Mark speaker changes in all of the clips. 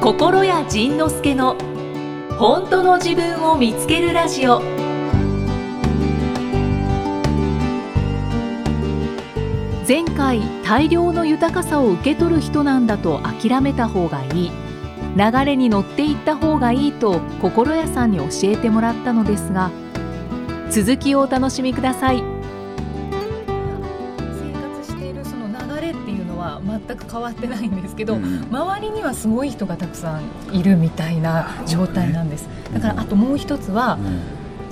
Speaker 1: 心谷仁之助の本当の自分を見つけるラジオ前回大量の豊かさを受け取る人なんだと諦めた方がいい流れに乗っていった方がいいと心屋さんに教えてもらったのですが続きをお楽しみください
Speaker 2: 生活しているその流れっていうのは全く変わってないんですけど、
Speaker 3: うん
Speaker 2: 周りにはすごい人がたくさんいるみたいな状態なんです、だからあともう一つは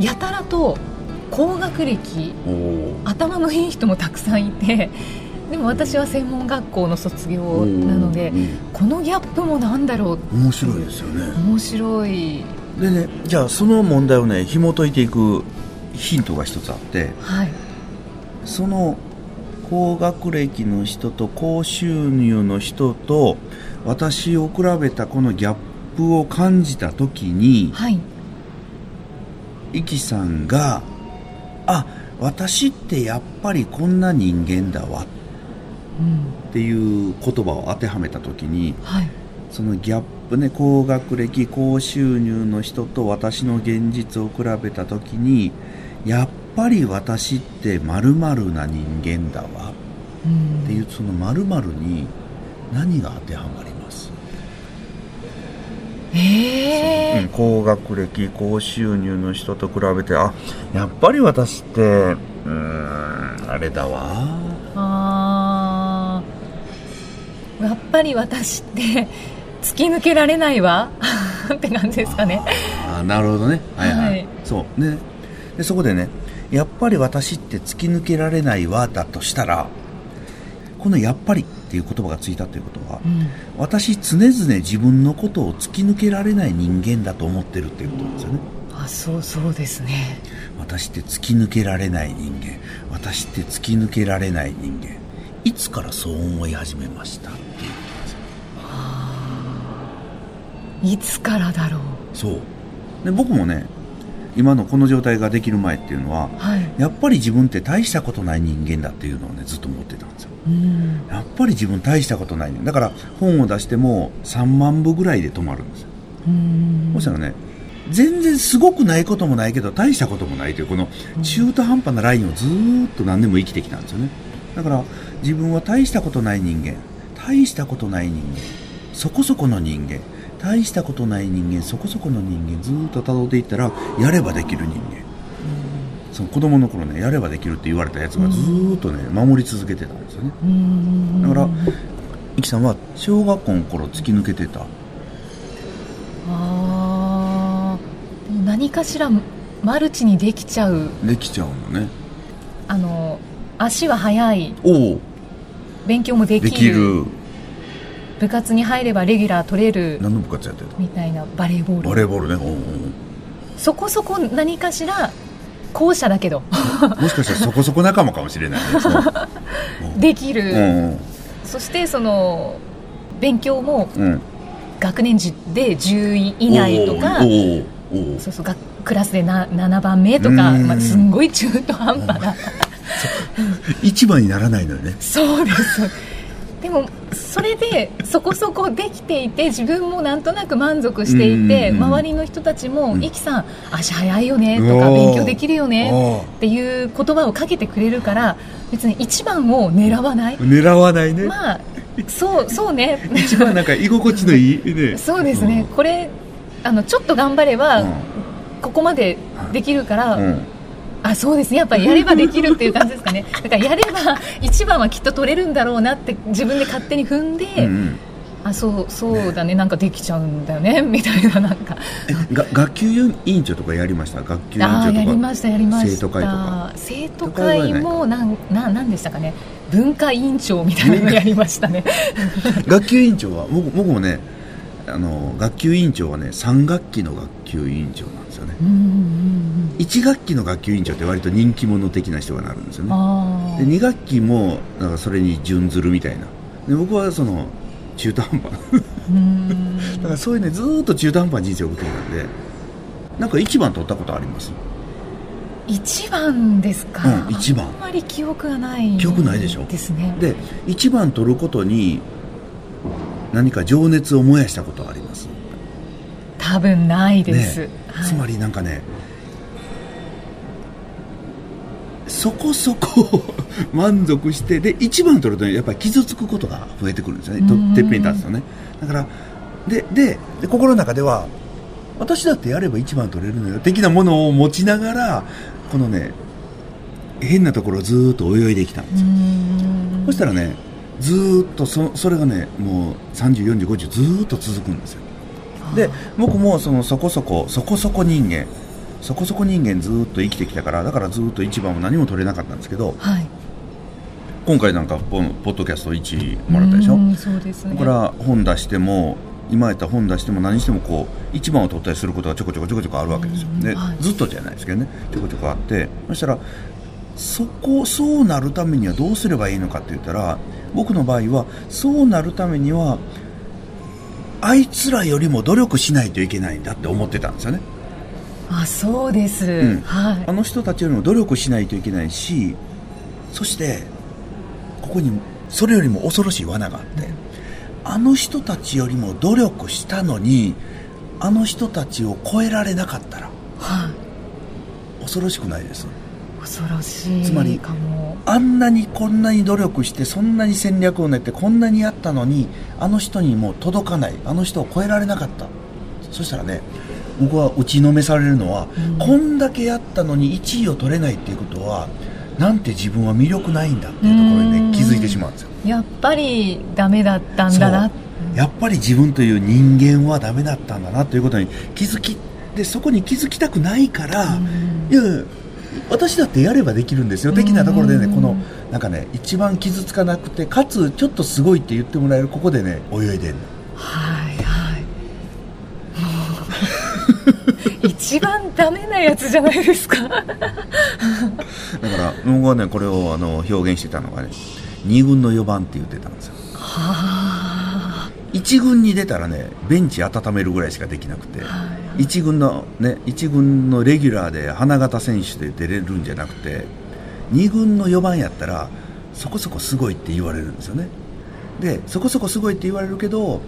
Speaker 2: やたらと高学歴
Speaker 3: うんおー
Speaker 2: 頭のいい人もたくさんいてでも私は専門学校の卒業なので、
Speaker 3: うん
Speaker 2: このギャップもなんだろう
Speaker 3: 面白いですよね
Speaker 2: 面白い
Speaker 3: でねじゃあその問題をね紐解いていくヒントが一つあって
Speaker 2: はい
Speaker 3: その高学歴の人と高収入の人と私を比べたこのギャップを感じた時に
Speaker 2: はい
Speaker 3: イキさんが「あ私ってやっぱりこんな人間だわ」
Speaker 2: うん
Speaker 3: っていう言葉を当てはめた時に
Speaker 2: はい
Speaker 3: そのギャップね高学歴高収入の人と私の現実を比べた時にやっぱり私って〇〇な人間だわ
Speaker 2: うん
Speaker 3: っていうその〇〇に何が当てはまります、
Speaker 2: え
Speaker 3: うん高学歴高収入の人と比べてあやっぱり私ってうーんあれだわ
Speaker 2: あーやっぱり私って突き抜けられないわ って感じですかね
Speaker 3: あーなるほどねはいはい、
Speaker 2: はい
Speaker 3: そうねでそこでねやっぱり私って突き抜けられないわだとしたらこの「やっぱり」っていう言葉がついたということは私常々自分のことを突き抜けられない人間だと思ってるっていうことなんですよね
Speaker 2: あそうそうですね
Speaker 3: 私って突き抜けられない人間私って突き抜けられない人間いつからそう思い始めましたっていう
Speaker 2: いつからだろう
Speaker 3: そうで僕もね今のこの状態ができる前っていうのは
Speaker 2: はい、
Speaker 3: やっぱり自分って大したことない人間だっていうのをねずっと思ってたんですよ
Speaker 2: うん、
Speaker 3: やっぱり自分大したことないねだから本を出しても3万部ぐらいで止まるんですよ、
Speaker 2: うん
Speaker 3: そしたらね全然すごくないこともないけど大したこともないというこの中途半端なラインをずーっと何年も生きてきたんですよねだから自分は大したことない人間大したことない人間そこそこの人間大したことない人間そこそこの人間ずーっと辿っていったらやればできる人間その子供の頃ねやればできるって言われたやつがずーっとね守り続けてたんですよね
Speaker 2: うん
Speaker 3: だからイキさんは小学校の頃突き抜けてた
Speaker 2: あーでも何かしらマルチにできちゃう
Speaker 3: できちゃうのね
Speaker 2: あの足は速い
Speaker 3: おお
Speaker 2: 勉強もでき
Speaker 3: で
Speaker 2: る
Speaker 3: きる
Speaker 2: 部活に入ればレギュラー取れる
Speaker 3: 何の部活やってた
Speaker 2: みたいなバレーボール
Speaker 3: バレーボールねおうおう
Speaker 2: そこそこ何かしら後者だけど
Speaker 3: おうもしかしたらそこそこ仲間かもしれないねそう
Speaker 2: できる、
Speaker 3: うんうん
Speaker 2: そしてその勉強も
Speaker 3: うん
Speaker 2: 学年時で10位以内とか
Speaker 3: おうおうおうおう
Speaker 2: そうそうがクラスでな7番目とか、
Speaker 3: うん
Speaker 2: まあ、すんごい中途半端な
Speaker 3: 一番にならないのよね
Speaker 2: そうですでもそれでそこそこできていて自分もなんとなく満足していて
Speaker 3: うん
Speaker 2: 周りの人たちも「
Speaker 3: うん
Speaker 2: イキさん足早いよね」とか「
Speaker 3: うおー
Speaker 2: 勉強できるよね」
Speaker 3: おう
Speaker 2: っていう言葉をかけてくれるから別に一番を狙わない
Speaker 3: 狙わないね
Speaker 2: まあそうそうね
Speaker 3: 一番なんか居心地のいい ね
Speaker 2: そうですね、これあのちょっと頑張れ
Speaker 3: う
Speaker 2: ば、
Speaker 3: ん
Speaker 2: ここまでできるから、
Speaker 3: うん
Speaker 2: あそうですねやっぱりやればできるっていう感じですかね だからやれば一番はきっと取れるんだろうなって自分で勝手に踏んで、
Speaker 3: うんうん
Speaker 2: あそうそうだねなんかできちゃうんだよね みたいななんか
Speaker 3: えが学級委員長とかやりました学級委員
Speaker 2: ああーやり
Speaker 3: 長とか
Speaker 2: ましたやりました
Speaker 3: 生徒会とか
Speaker 2: 生徒会もなんななんでしたかね文化委員長みたいなの やりましたね
Speaker 3: 学級委員長は僕僕もねあの学級委員長はね3学期の学級委員長なんですよね
Speaker 2: うんうん
Speaker 3: 1学期の学級委員長って割と人気者的な人がなるんですよ
Speaker 2: うん
Speaker 3: ね
Speaker 2: あ
Speaker 3: で2学期もなんかそれに準ずるみたいなで僕はその中途半端
Speaker 2: あうん
Speaker 3: だからそういうねずーっと中途半端な人生を送ってきたんでなんか1番取ったことあります
Speaker 2: 一番ですか、
Speaker 3: うん一番
Speaker 2: あんまり記憶がない
Speaker 3: 記憶ないでしょ
Speaker 2: ですね
Speaker 3: で1番取ることに何か情熱を燃やしたことあります
Speaker 2: 多分ないです、
Speaker 3: ね
Speaker 2: はい
Speaker 3: つまりなんかねそこそこ 満足してで一番取るとやっぱり傷つくことが増えてくるんですよねと
Speaker 2: うん
Speaker 3: てっぺんに立つとねだからででで心の中では私だってやれば一番取れるのよ的なものを持ちながらこのね変なところをずーっと泳いできたんですよ
Speaker 2: うん
Speaker 3: そしたらねずーっとそそれがねもう304050ずーっと続くんですよで僕もそのそこそこそこそこ人間そこそこ人間ずーっと生きてきたからだからずーっと一番も何も取れなかったんですけど
Speaker 2: はい
Speaker 3: 今回なんかポンポッドキャスト1もらったでしょ
Speaker 2: うんそうですね
Speaker 3: だから本出しても今やったら本出しても何してもこう一番を取ったりすることがちょこちょこちょこちょこあるわけですよ
Speaker 2: うん
Speaker 3: で
Speaker 2: はい
Speaker 3: ずっとじゃないですけどねちょこちょこあってそしたらそこそうなるためにはどうすればいいのかって言ったら僕の場合はそうなるためにはあいつらよりも努力しないといけないんだって思ってたんですよね
Speaker 2: あそうです、
Speaker 3: うん
Speaker 2: はい
Speaker 3: あの人たちよりも努力しないといけないしそしてここにそれよりも恐ろしい罠があってあの人たちよりも努力したのにあの人たちを超えられなかったら
Speaker 2: はい
Speaker 3: 恐ろしくないです
Speaker 2: 恐ろしい
Speaker 3: つまり
Speaker 2: かも
Speaker 3: あんなにこんなに努力してそんなに戦略を練ってこんなにやったのにあの人にもう届かないあの人を超えられなかったそしたらね僕は打ちのめされるのは、
Speaker 2: うん
Speaker 3: こんだけやったのに1位を取れないっていうことはなんて自分は魅力ないんだっていうところに
Speaker 2: うん
Speaker 3: ね気づいてしまうんですよ
Speaker 2: やっぱりダメだったんだなうん
Speaker 3: やっぱり自分という人間はダメだったんだなということに気づきでそこに気づきたくないから、
Speaker 2: うん
Speaker 3: いやいや私だってやればできるんですよ的なところでね
Speaker 2: うん
Speaker 3: このなんかね一番傷つかなくてかつちょっとすごいって言ってもらえるここでね泳いでんの
Speaker 2: はいはいもう 一番ダメなやつじゃないです か
Speaker 3: だから僕はねこれをあの表現してたのがね2軍の4番って言ってたんですよ
Speaker 2: は
Speaker 3: 1軍に出たらねベンチ温めるぐらいしかできなくて
Speaker 2: あはい
Speaker 3: 1軍のね一軍のレギュラーで花形選手で出れるんじゃなくて2軍の4番やったらそこそこすごいって言われるんですよねでそこそこすごいって言われるけど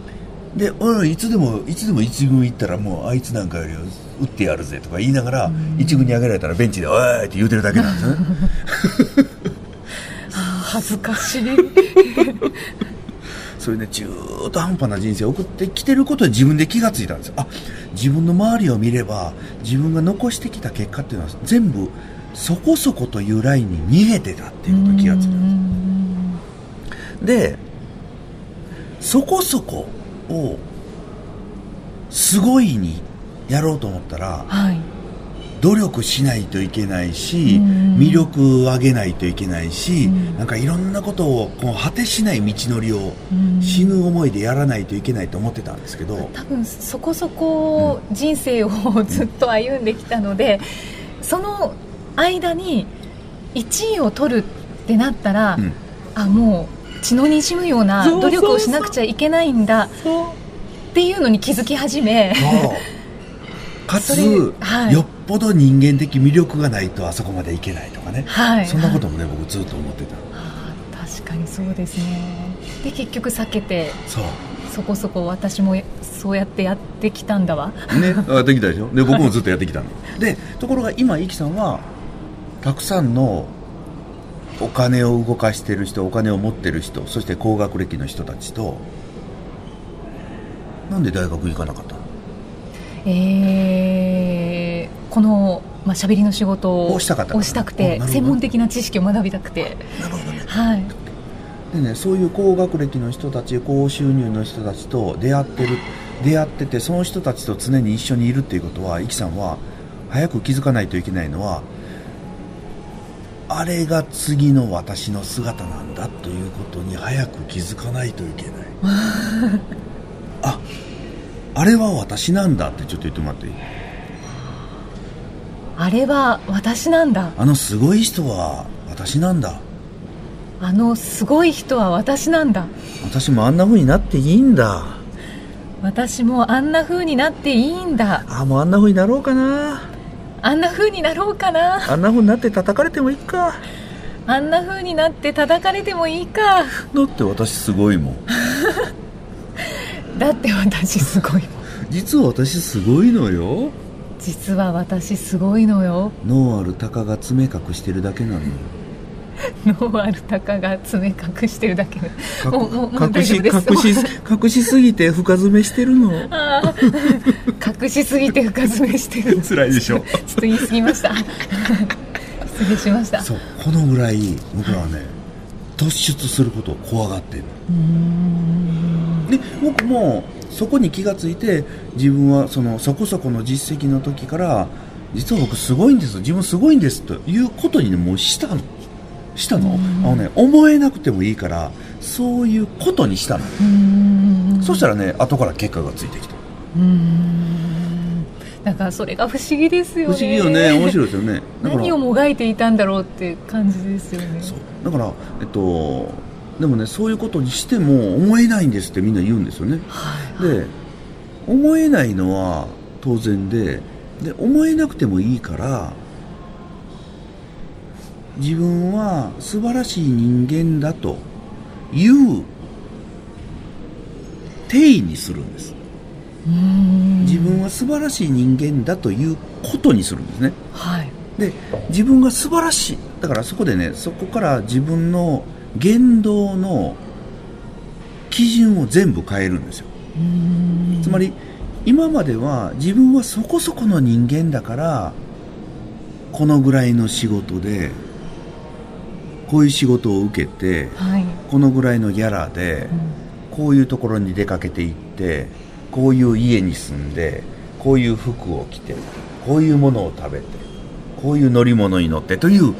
Speaker 3: で俺いつでもいつでも1軍行ったらもうあいつなんかより打ってやるぜとか言いながら1軍に上げられたらベンチで「おい!」って言うてるだけなんですよね
Speaker 2: 恥ずかしい
Speaker 3: それで中途半端な人生を送ってきてることに自分で気がついたんですよあ自分の周りを見れば自分が残してきた結果っていうのは全部そこそこというラインに逃げてたっていうこと に気がついたんです
Speaker 2: うん
Speaker 3: でそこそこをすごいにやろうと思ったら
Speaker 2: はい
Speaker 3: 努力しないといけないし
Speaker 2: うん
Speaker 3: 魅力を上げないといけないし
Speaker 2: うん
Speaker 3: なんかいろんなことをこう果てしない道のりを
Speaker 2: うん
Speaker 3: 死ぬ思いでやらないといけないと思ってたんですけど
Speaker 2: 多分そこそこ人生をずっと歩んできたので、その間に1位を取るってなったら、
Speaker 3: うん
Speaker 2: あもう血のにじむような
Speaker 1: そうそう
Speaker 2: 努
Speaker 1: そう
Speaker 2: 力をしなくちゃいけないんだっていうのに気づき始め
Speaker 3: そうか
Speaker 2: それ
Speaker 3: つ、
Speaker 2: はい
Speaker 3: よっぽど人間的魅力がないとあそこまでいけないとかね、
Speaker 2: はい
Speaker 3: そんなこともね僕ずっと思ってた
Speaker 2: あー確かにそうですねで結局避けて
Speaker 3: そう
Speaker 2: そこそこ私もそうやってやってきたんだわ
Speaker 3: ね、あできたでしょで僕もずっとやってきたの、でところが今イキさんはたくさんのお金を動かしてる人お金を持ってる人そして高学歴の人たちとなんで大学行かなかったの
Speaker 2: えーこの、まあ、しゃべりの仕事
Speaker 3: をしたかった
Speaker 2: をしたく
Speaker 3: お
Speaker 2: て
Speaker 3: なるほど
Speaker 2: 専門的な知識を学びたくて、
Speaker 3: なるほどね
Speaker 2: はい、
Speaker 3: でねそういう高学歴の人たち高収入の人たちと出会ってる出会っててその人たちと常に一緒にいるっていうことはイキさんは早く気づかないといけないのはあれが次の私の姿なんだということに早く気づかないといけないああれは私なんだってちょっと言ってもらっていい
Speaker 2: あれは私なんだ
Speaker 3: あのすごい人は私なんだ
Speaker 2: あのすごい人は私なんだ
Speaker 3: 私もあんな風になっていいんだ
Speaker 2: 私もあんな風になっていいんだ
Speaker 3: あもうあんな風になろうかな
Speaker 2: あんな風になろうかな
Speaker 3: あんな風になって叩かれてもいいか
Speaker 2: あんな風になって叩かれてもいいか
Speaker 3: だって私すごいもん
Speaker 2: だって私すごいもん
Speaker 3: 実は私すごいのよ
Speaker 2: 実は私すごいのよ
Speaker 3: 脳ある鷹が爪隠してるだけなのよ
Speaker 2: ノアルタカが爪隠してるだけで
Speaker 3: か
Speaker 2: もうもうもう
Speaker 3: 隠し
Speaker 2: 大丈夫
Speaker 3: 隠
Speaker 2: です
Speaker 3: し隠しすぎて深爪してるの
Speaker 2: あー隠しすぎて深爪してるちょ
Speaker 3: 辛いでしょ
Speaker 2: っと言い過ぎました失礼しました
Speaker 3: そうこのぐらい僕らはね突出することを怖がってる
Speaker 2: うーん
Speaker 3: で僕もそこに気がついて自分はそのそこそこの実績の時から実は僕すごいんです自分すごいんですということにねもうしたのしたの,、あのね思えなくてもいいからそういうことにしたの、
Speaker 2: うーん
Speaker 3: そしたらね後から結果がついてきた
Speaker 2: うーんなんかそれが不思議ですよ
Speaker 3: 不
Speaker 2: ね
Speaker 3: 思議よね面白いですよねだから
Speaker 2: 何をもがいていたんだろうって感じですよね
Speaker 3: そうだからえっとでもねそういうことにしても思えないんですってみんな言うんですよね
Speaker 2: はい
Speaker 3: で思えないのは当然でで思えなくてもいいから自分は素晴らしい人間だという定義にするんです
Speaker 2: うーん
Speaker 3: 自分は素晴らしい人間だということにするんですね
Speaker 2: はい
Speaker 3: で自分が素晴らしいだからそこでねそこから自分の言動の基準を全部変えるんですよ
Speaker 2: うーん
Speaker 3: つまり今までは自分はそこそこの人間だからこのぐらいの仕事でこういう仕事を受けて
Speaker 2: はい、
Speaker 3: このぐらいのギャラでこういうところに出かけていってこういう家に住んでこういう服を着てこういうものを食べてこういう乗り物に乗ってという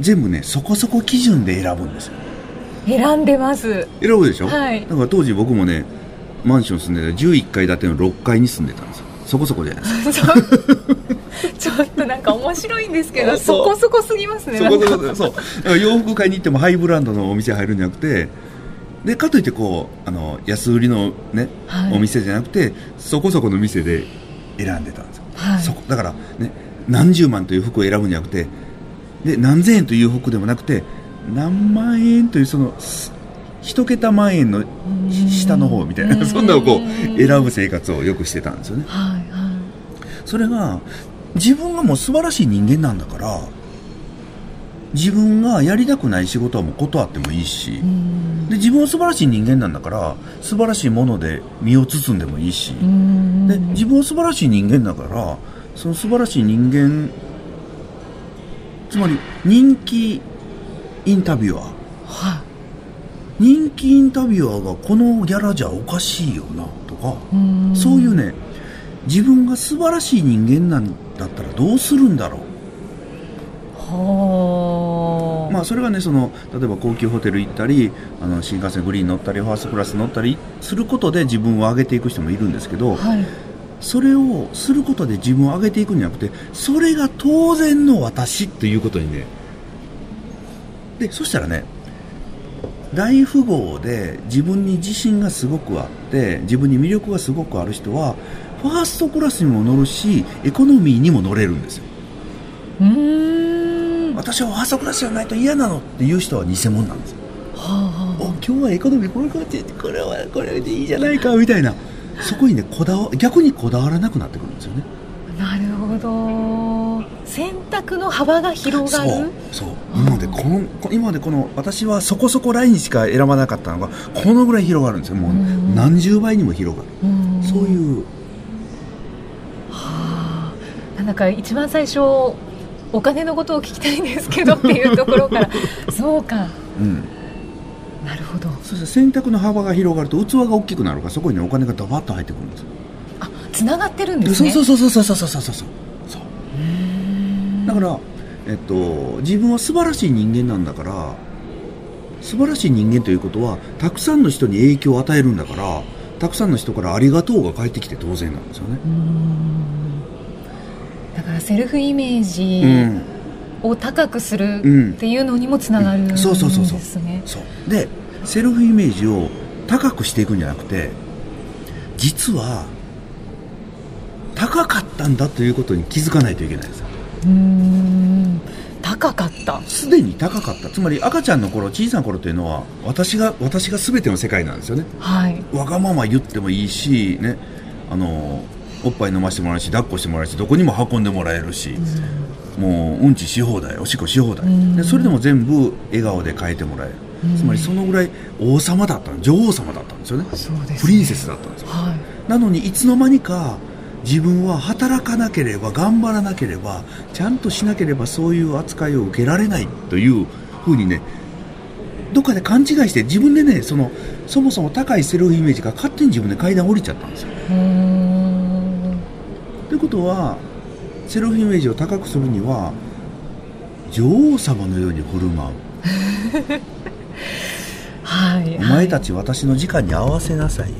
Speaker 3: 全部ねそこそこ基準で選ぶんですよ
Speaker 2: 選んでます
Speaker 3: 選ぶでしょ、
Speaker 2: はい
Speaker 3: だから当時僕もねマンション住んでて11階建ての6階に住んでたんですよそこそこじゃないですか
Speaker 2: ちょちょっとなんか面白いんですけどそ
Speaker 3: そう
Speaker 2: こそこすぎますね
Speaker 3: そこそ
Speaker 2: なんか
Speaker 3: こそうだから洋服買いに行ってもハイブランドのお店入るんじゃなくてでかといってこうあの安売りのね、
Speaker 2: はい
Speaker 3: お店じゃなくてそこそこの店で選んでたんですよ、
Speaker 2: はい
Speaker 3: そこだからね何十万という服を選ぶんじゃなくてで何千円という服でもなくて何万円というそのす一桁万円の下の方みたいうなんそんなのをこう選ぶ生活をよくしてたんですよね
Speaker 2: はいはい
Speaker 3: それが自分がもう素晴らしい人間なんだから自分がやりたくない仕事はもう断ってもいいし
Speaker 2: うーん
Speaker 3: で自分は素晴らしい人間なんだから素晴らしいもので身を包んでもいいし
Speaker 2: うーん
Speaker 3: で自分は素晴らしい人間だからその素晴らしい人間つまり人気インタビュアー
Speaker 2: は
Speaker 3: 人気インタビュアーがこのギャラじゃおかしいよなとか
Speaker 2: いうーん
Speaker 3: そういうね自分が素晴らしい人間なんだったらどうするんだろう
Speaker 2: はあ、
Speaker 3: まあ、それはねその例えば高級ホテル行ったりあの新幹線グリーン乗ったりファーストクラス乗ったりすることで自分を上げていく人もいるんですけど
Speaker 2: はい
Speaker 3: それをすることで自分を上げていくんじゃなくてそれが当然の私ということにねでそしたらね大富豪で自分に自信がすごくあって自分に魅力がすごくある人はファーストクラスにも乗るしエコノミーにも乗れるんですよ
Speaker 2: うーんは
Speaker 3: 私はファーストクラスじゃないと嫌なのっていう人は偽物なんですよ
Speaker 2: あは
Speaker 3: お今日はエコノミーこれこれこれはこれでいいじゃないかみたいなそこにねこだわ逆にこだわらなくなってくるんですよね
Speaker 2: あなるほど選択の幅が広が
Speaker 3: そう
Speaker 2: る
Speaker 3: そう今までこのこ今までこの私はそこそこラインしか選ばなかったのがこのぐらい広がるんですよも
Speaker 2: うん
Speaker 3: う何十倍にも広がる
Speaker 2: うーん
Speaker 3: そういう
Speaker 2: はあなんだか一番最初お金のことを聞きたいんですけどっていうところから そうか
Speaker 3: うん
Speaker 2: なるほど
Speaker 3: そして選択の幅が広がると器が大きくなるからそこにねお金がダバッと入ってくるんですよ
Speaker 2: あつながってるんで
Speaker 3: ですそう
Speaker 2: ね
Speaker 3: そうそうそうそうそうそうそうそうそうだから、えっと、自分は素晴らしい人間なんだから素晴らしい人間ということはたくさんの人に影響を与えるんだからたくさんの人からありがとうが返ってきて当然なんですよね、
Speaker 2: うーんだからセルフイメー
Speaker 3: う
Speaker 2: ジ
Speaker 3: ん、
Speaker 2: を高くす
Speaker 3: う
Speaker 2: る
Speaker 3: ん
Speaker 2: っていうのにもつながるんですね、
Speaker 3: そうそうそうそう
Speaker 2: う
Speaker 3: そうでセルフイメージを高くしていくんじゃなくて実は高かったんだということに気づかないといけないんですよ
Speaker 2: ーん高かった
Speaker 3: すでに高かったつまり赤ちゃんの頃小さな頃というのは私が私が全ての世界なんですよね
Speaker 2: はい
Speaker 3: わがまま言ってもいいしねあのおっぱい飲ませてもらうし抱っこしてもらうしどこにも運んでもらえるし、もううんちし放題おしっこし放題、
Speaker 2: うん
Speaker 3: でそれでも全部笑顔で変えてもらえる、
Speaker 2: うん
Speaker 3: つまりそのぐらい王様だったの女王様だったんですよね
Speaker 2: そうですね
Speaker 3: プリンセスだったんですよ
Speaker 2: はい
Speaker 3: なのにいつの間にか自分は働かなければ頑張らなければちゃんとしなければそういう扱いを受けられないというふうにねどっかで勘違いして自分でねそのそもそも高いセルフイメージが勝手に自分で階段降りちゃったんですよ。
Speaker 2: うーん
Speaker 3: ということはセルフイメージを高くするには女王様のように振る舞う
Speaker 2: はい
Speaker 3: お前たち私の時間に合わせなさいよ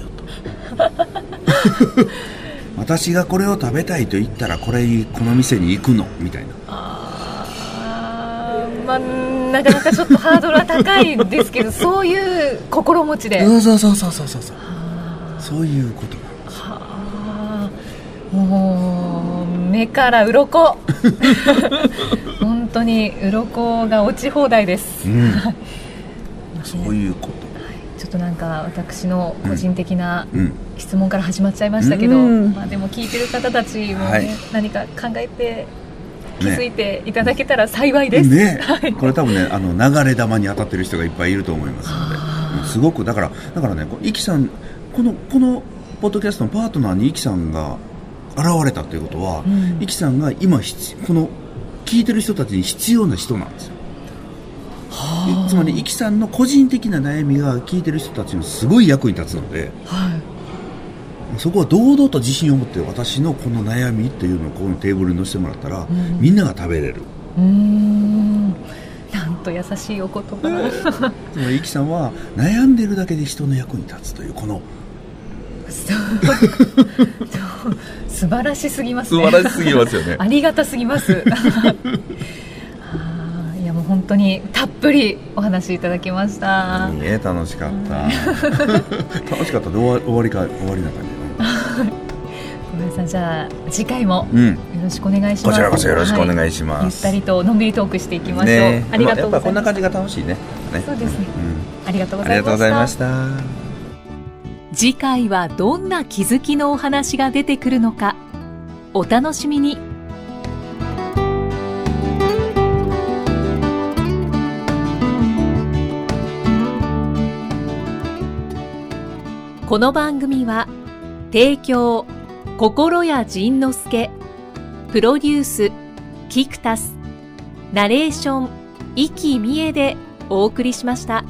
Speaker 3: と 私がこれを食べたいと言ったらこれにこの店に行くのみたいな
Speaker 2: あーまあなかなかちょっとハードルは高いですけど そういう心持ちで
Speaker 3: そうそうそうそうそうそうそう
Speaker 2: あ
Speaker 3: そういうことなの
Speaker 2: ーはーもう目から鱗 本当に鱗が落ち放題です
Speaker 3: うん、そういうこと
Speaker 2: ちょっとなんか私の個人的な
Speaker 3: うん
Speaker 2: 質問から始まっちゃいましたけど、
Speaker 3: うん
Speaker 2: まあ、でも聞いてる方たちも、ね
Speaker 3: はい
Speaker 2: 何か考えて気づ
Speaker 3: ね
Speaker 2: いていただけたら幸いです、
Speaker 3: ね
Speaker 2: はい、
Speaker 3: これ多分ねあの流れ玉に当たってる人がいっぱいいると思いますので
Speaker 2: あー
Speaker 3: うんすごくだからだからねこうイキさんこのこのポッドキャストのパートナーにイキさんが現れたということは、
Speaker 2: うん
Speaker 3: イキさんが今必この聞いてる人たちに必要な人なんですよ
Speaker 2: はあ
Speaker 3: つまりイキさんの個人的な悩みが聞いてる人たちのすごい役に立つので
Speaker 2: はい
Speaker 3: そこは堂々と自信を持って私のこの悩みっていうのをこのテーブルに乗せてもらったら、
Speaker 2: ん
Speaker 3: みんなが食べれる
Speaker 2: うーんなんと優しいお言葉
Speaker 3: つまりイキさんは悩んでるだけで人の役に立つというこの
Speaker 2: そうそう素晴らしすぎますね
Speaker 3: すぎますよね
Speaker 2: ありがたすぎますあーいやもう本当にたっぷりお話しいただきました
Speaker 3: いいえ楽しかった 楽しかったで終わ終わりか終わりな感
Speaker 2: 小林さんじゃあ次回も
Speaker 3: じ、うん
Speaker 2: よろしくお願いします
Speaker 3: いし
Speaker 2: はいゆったりとのんびりトークしていきましょう、ありがとうございます、
Speaker 3: が楽しいね
Speaker 2: そうですねありがとう
Speaker 3: う
Speaker 2: ございました
Speaker 3: た
Speaker 1: 次回はどんな気づきのお話が出てくるのかお楽しみにこの番組は提供心谷仁之助プロデュースキクタスナレーション生きみえでお送りしました。